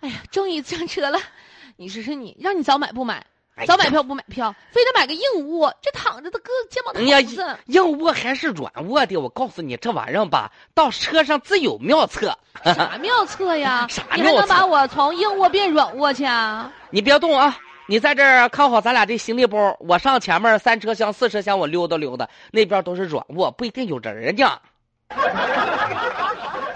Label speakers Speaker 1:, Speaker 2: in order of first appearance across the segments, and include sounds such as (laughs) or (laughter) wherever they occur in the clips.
Speaker 1: 哎终于上车了。你说说你，让你早买不买？
Speaker 2: 哎呀
Speaker 1: 早买票不买票，非得买个硬卧，这躺着的胳肩膀
Speaker 2: 哎呀
Speaker 1: 疼死。
Speaker 2: 硬卧还是软卧的？我告诉你，这玩意儿吧，到车上自有妙策。
Speaker 1: 啥妙策呀？
Speaker 2: (laughs) 啥
Speaker 1: 你还
Speaker 2: 妙
Speaker 1: 能把
Speaker 2: 策
Speaker 1: 我从硬卧变软卧去啊？
Speaker 2: 你别动啊！你在这儿看好咱俩这行李包，我上前面三车厢、四车厢，我溜达溜达，那边都是软卧，不一定有人 (laughs) 呢。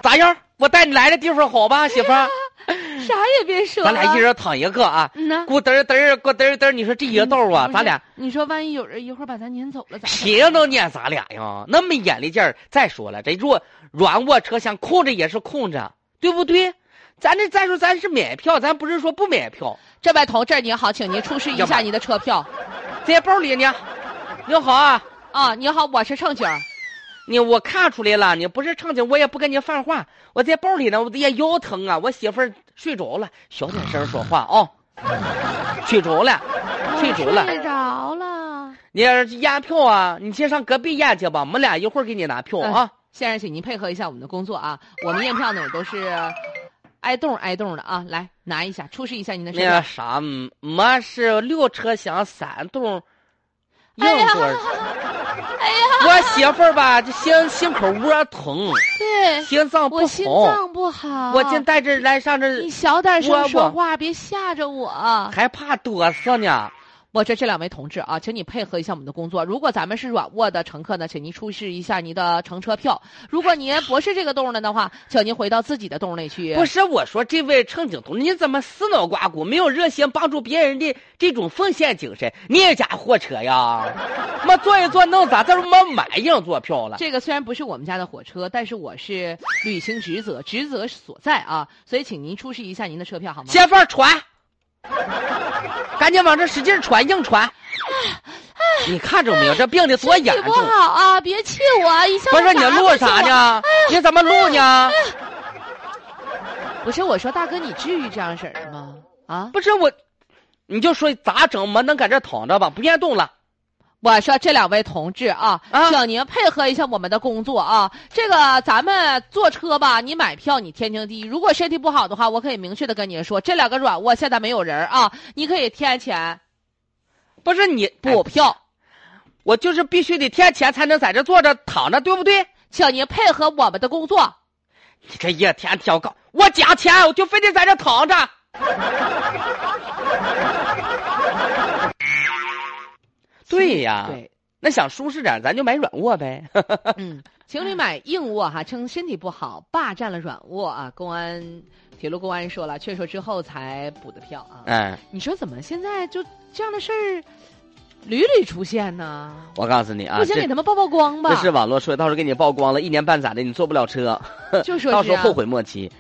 Speaker 2: 咋样？我带你来的地方好吧，媳妇儿？
Speaker 1: 啥也别说了。
Speaker 2: 咱俩一人躺一个啊，
Speaker 1: 嗯呐，
Speaker 2: 咕嘚儿嘚儿咕嘚儿嘚儿，你说这一个道啊，
Speaker 1: 不是
Speaker 2: 咱俩
Speaker 1: 你说万一有人一会儿把咱撵走了咋办？
Speaker 2: 谁能撵咱俩呀？那么眼力劲儿，再说了，这若软卧车厢空着也是空着，对不对？咱这再说咱是买票，咱不是说不买票，
Speaker 1: 这位同志您好，请您出示一
Speaker 2: 要
Speaker 1: 下
Speaker 2: 买
Speaker 1: 您的车票。
Speaker 2: 在包里呢。你好啊，
Speaker 1: 啊，你好，我是乘警儿。
Speaker 2: 你我看出来了，你不是乘警，我也不跟你犯话。我在包里呢，我也腰疼啊。我媳妇儿睡着了，小点声说话啊、睡着了，睡着了。
Speaker 1: 睡着了。
Speaker 2: 你要是验票啊，你先上隔壁验去吧，我们俩一会儿给你拿票啊。
Speaker 1: 先生，请您配合一下我们的工作啊，我们验票呢也都是挨冻儿挨冻儿的啊，来拿一下，出示一下您的车
Speaker 2: 那个
Speaker 1: 票。
Speaker 2: 啥，嗯我是六车厢三栋，硬
Speaker 1: 哎呀哎
Speaker 2: 座儿。
Speaker 1: (laughs)
Speaker 2: 我媳妇儿吧，这心心口窝疼，
Speaker 1: 对，
Speaker 2: 心脏不
Speaker 1: 我心
Speaker 2: 好。
Speaker 1: 脏不好，
Speaker 2: 我今带这来上
Speaker 1: 你
Speaker 2: 这，
Speaker 1: 小点声
Speaker 2: 我
Speaker 1: 说
Speaker 2: 我
Speaker 1: 话，别吓着我。
Speaker 2: 还怕哆嗦
Speaker 1: 哎
Speaker 2: 呢。
Speaker 1: 我这这两位同志啊，请你配合一下我们的工作。如果咱们是软卧的乘客呢，请您出示一下您的乘车票；如果您不是这个洞的的话，请您回到自己的洞内去。
Speaker 2: 不是我说，这位乘警同志，你怎么死脑瓜骨，没有热心帮助别人的这种奉献精神？你也家货车呀？
Speaker 1: (laughs)
Speaker 2: 我坐一坐弄咋？再说我买硬座票了。
Speaker 1: 这个虽然不是我们家的火车，但是我是履行职责，职责所在啊，所以请您出示一下您的车票好吗？
Speaker 2: 媳妇儿传，赶紧往这使劲传，硬传。你看着没有？这病得多
Speaker 1: 身体
Speaker 2: 严
Speaker 1: 不
Speaker 2: 重！
Speaker 1: 好啊，别气我啊，一下
Speaker 2: 不是你
Speaker 1: 咋
Speaker 2: 录
Speaker 1: 回事
Speaker 2: 啥
Speaker 1: 啊？
Speaker 2: 呢？你怎么录呢？
Speaker 1: 哎不是我说大哥，你至于这样式儿的吗？啊，
Speaker 2: 不是我，你就说咋整嘛？能搁这躺着吧？不愿动了。
Speaker 1: 我说这两位同志啊，
Speaker 2: 啊
Speaker 1: 请您配合一下我们的工作啊。这个咱们坐车吧，你买票你天经地义。如果身体不好的话，我可以明确的跟您说，这两个软卧现在没有人儿啊，你可以添钱
Speaker 2: 不是你
Speaker 1: 补
Speaker 2: 不，
Speaker 1: 票。
Speaker 2: 我就是必须得贴钱才能在这坐着躺着，对不对？
Speaker 1: 请您配合我们的工作，
Speaker 2: 你这一天天我告我加钱，我就非得在这躺着。 (laughs) 对呀，
Speaker 1: 对，
Speaker 2: 那想舒适点，咱就买软卧呗。 (laughs)
Speaker 1: 嗯，情侣买硬卧哈，称身体不好，霸占了软卧啊。公安，铁路公安说了，劝说之后才补的票啊。
Speaker 2: 嗯，
Speaker 1: 你说怎么现在就这样的事儿屡屡出现呢？
Speaker 2: 我告诉你啊，
Speaker 1: 不行，
Speaker 2: 这
Speaker 1: 给他们曝曝光吧。
Speaker 2: 这是网络说，到时候给你曝光了，一年半载的你坐不了车，
Speaker 1: 就说是、啊、
Speaker 2: 到时候后悔莫及。